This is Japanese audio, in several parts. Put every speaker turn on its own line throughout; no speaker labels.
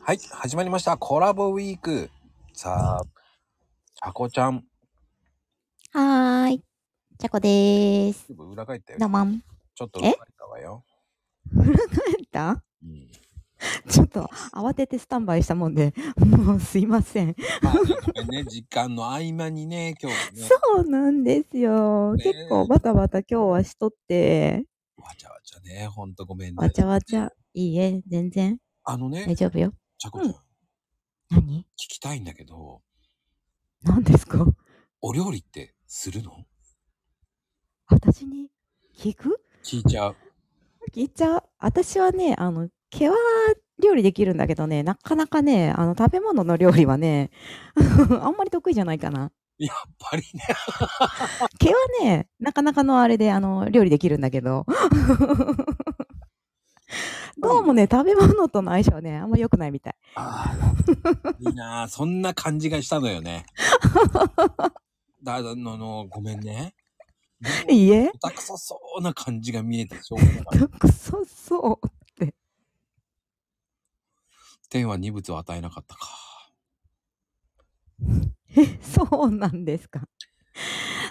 はい、始まりました。コラボウィーク。さあ、ちゃこちゃん。
はーい。ちゃこでーす。
裏返った
どう
よ。
もん。
ちょっと
え
裏返ったわよ。
だ
うん、
ちょっと慌ててスタンバイしたもんで、 もうすいません。
まあ、ちょっと ね、時間の合間にね、今日ね、
そうなんですよ。
ねえ
結構バタバタ今日はしとって、
わちゃわちゃね、ほんとごめんね
わ。ちゃわちゃ。いいえ、全然
あのね
大、丈夫よ。
ちゃこちゃん、
うん
聞
何
きたいんだけど、
何ですか
お料理ってするの
私に聞く
聞いちゃう。
聞いちゃう。私はね、あの、毛は料理できるんだけどね、なかなかね、あの、食べ物の料理はね、 あんまり得意じゃないかな。
やっぱり ね、
毛はね、なかなかのあれで、あの、料理できるんだけ ど。どうもね、食べ物との相性はね、あんま良くないみたい。
ああ、いいなあそんな感じがしたのよね。だ、あの、あのごめん ね。
いいえ、
下手くそそうな感じが見えてしょうがない。
くそそう。
天は二物を与えなかったか。
え、そうなんですか。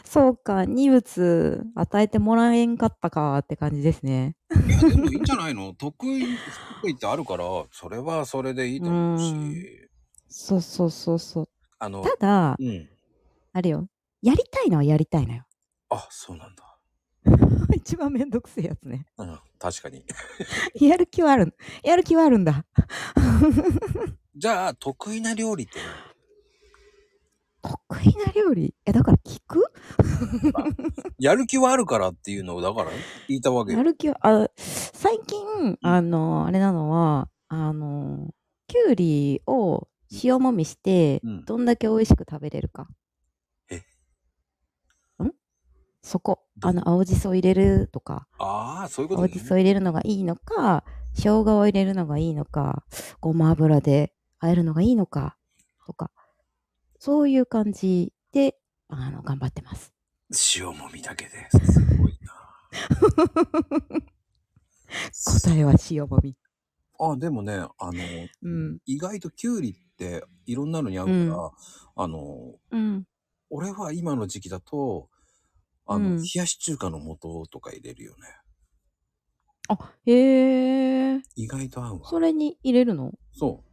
そうか、二物与えてもらえんかったかって感じですね。
いやでもいいんじゃないの 得意不得意ってあるからそれはそれでいいと思うし
そうそうそうそう。
あの
ただ
う、ん
あれよ、やりたいのはやりたいのよ。
あそうなんだ
一番めんどくせえやつね。
うん確かに
やる気はある。やる気はあるんだ。
じゃあ得意な料理って
得意な料理え、だから聞く
やる気はあるからっていうのをだから聞いたわけ
や
よ
る気は、あ、最近、あの、あれなのは、あの、きゅうりを塩もみして、
うん
どんだけ美味しく食べれるか。
え
んそこ、
ど
あの、青じそ入れるとか、
ああそういうこと
青
ね
じそ入れるのがいいのか、生姜を入れるのがいいのか、ごま油で和えるのがいいのか、とか、そういう感じで、あの、頑張ってます。
塩もみだけですごい な
答えは塩もみ。
あでもねあの
うん。
意外ときゅうりっていろんなのに合うから、あの
うん。
俺は今の時期だとあの、
うん
冷やし中華の素とか入れるよね
あ、へえ。
意外と合うわ
それに入れるの
そ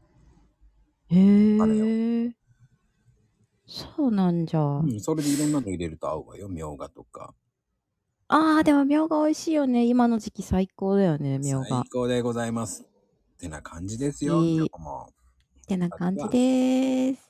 へえ。そうなんじゃ。
う、うん、それでいろんなの入れると合うわよみょうがとか
ああ、でもみょうが美味しいよね。今の時期最高だよね、みょうが。
最
っ
高でございますってな感じですよ、
いい
今日も
てな感じでーす。